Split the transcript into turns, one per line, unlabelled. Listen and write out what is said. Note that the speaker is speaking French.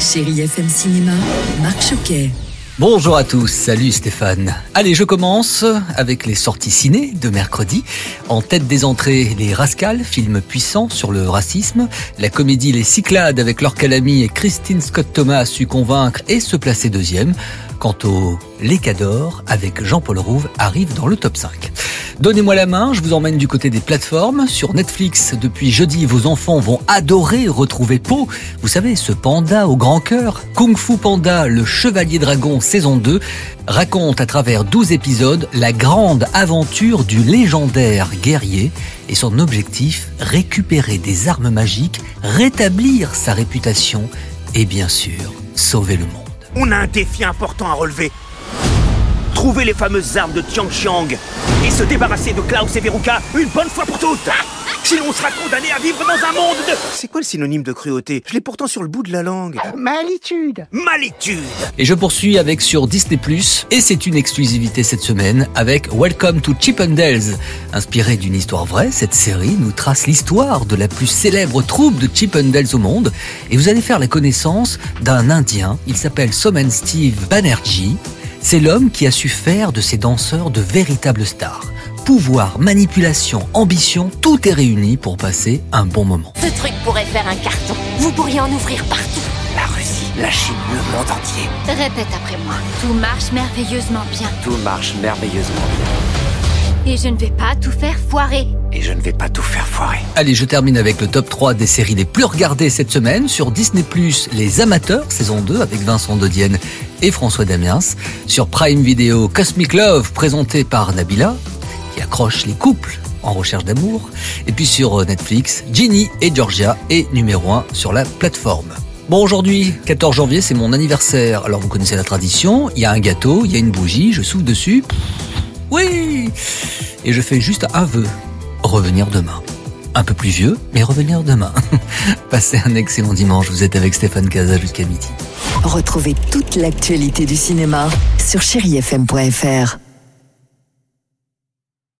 Chérie FM Cinéma, Marc Choquet.
Bonjour à tous, salut Stéphane. Allez, je commence avec les sorties ciné de mercredi. En tête des entrées, Les Rascals, film puissant sur le racisme. La comédie Les Cyclades avec Laure Calamy et Christine Scott Thomas a su convaincre et se placer deuxième. Quant au Les Cadors, avec Jean-Paul Rouve, arrive dans le top 5. Donnez-moi la main, je vous emmène du côté des plateformes. Sur Netflix, depuis jeudi, vos enfants vont adorer retrouver Po. Vous savez, ce panda au grand cœur. Kung Fu Panda, le Chevalier Dragon, saison 2, raconte à travers 12 épisodes la grande aventure du légendaire guerrier et son objectif, récupérer des armes magiques, rétablir sa réputation et bien sûr, sauver le monde.
On a un défi important à relever. Trouver les fameuses armes de Tianxiang et se débarrasser de Klaus et Veruca une bonne fois pour toutes. Sinon, on sera condamné à vivre dans un monde de. C'est quoi le synonyme de cruauté Je l'ai pourtant sur le bout de la langue.
Malitude.
Malitude
Et je poursuis avec sur Disney ⁇ et c'est une exclusivité cette semaine, avec Welcome to Chippendales. Inspirée d'une histoire vraie, cette série nous trace l'histoire de la plus célèbre troupe de Chippendales au monde, et vous allez faire la connaissance d'un Indien, il s'appelle Soman Steve Banerjee, c'est l'homme qui a su faire de ses danseurs de véritables stars. Pouvoir, manipulation, ambition, tout est réuni pour passer un bon moment.
Ce truc pourrait faire un carton. Vous pourriez en ouvrir partout.
La Russie, la Chine, le monde entier.
Répète après moi. Tout marche merveilleusement bien.
Tout marche merveilleusement bien.
Et je ne vais pas tout faire foirer.
Et je ne vais pas tout faire foirer.
Allez, je termine avec le top 3 des séries les plus regardées cette semaine sur Disney+, Les Amateurs, saison 2, avec Vincent Dodienne et François Damiens. Sur Prime Video, Cosmic Love, présenté par Nabila, qui accroche les couples en recherche d'amour. Et puis sur euh, Netflix, Ginny et Georgia est numéro 1 sur la plateforme. Bon, aujourd'hui, 14 janvier, c'est mon anniversaire. Alors, vous connaissez la tradition, il y a un gâteau, il y a une bougie, je souffle dessus. Oui Et je fais juste un vœu. Revenir demain. Un peu plus vieux, mais revenir demain. Passez un excellent dimanche. Vous êtes avec Stéphane Casa jusqu'à midi.
Retrouvez toute l'actualité du cinéma sur chérifm.fr.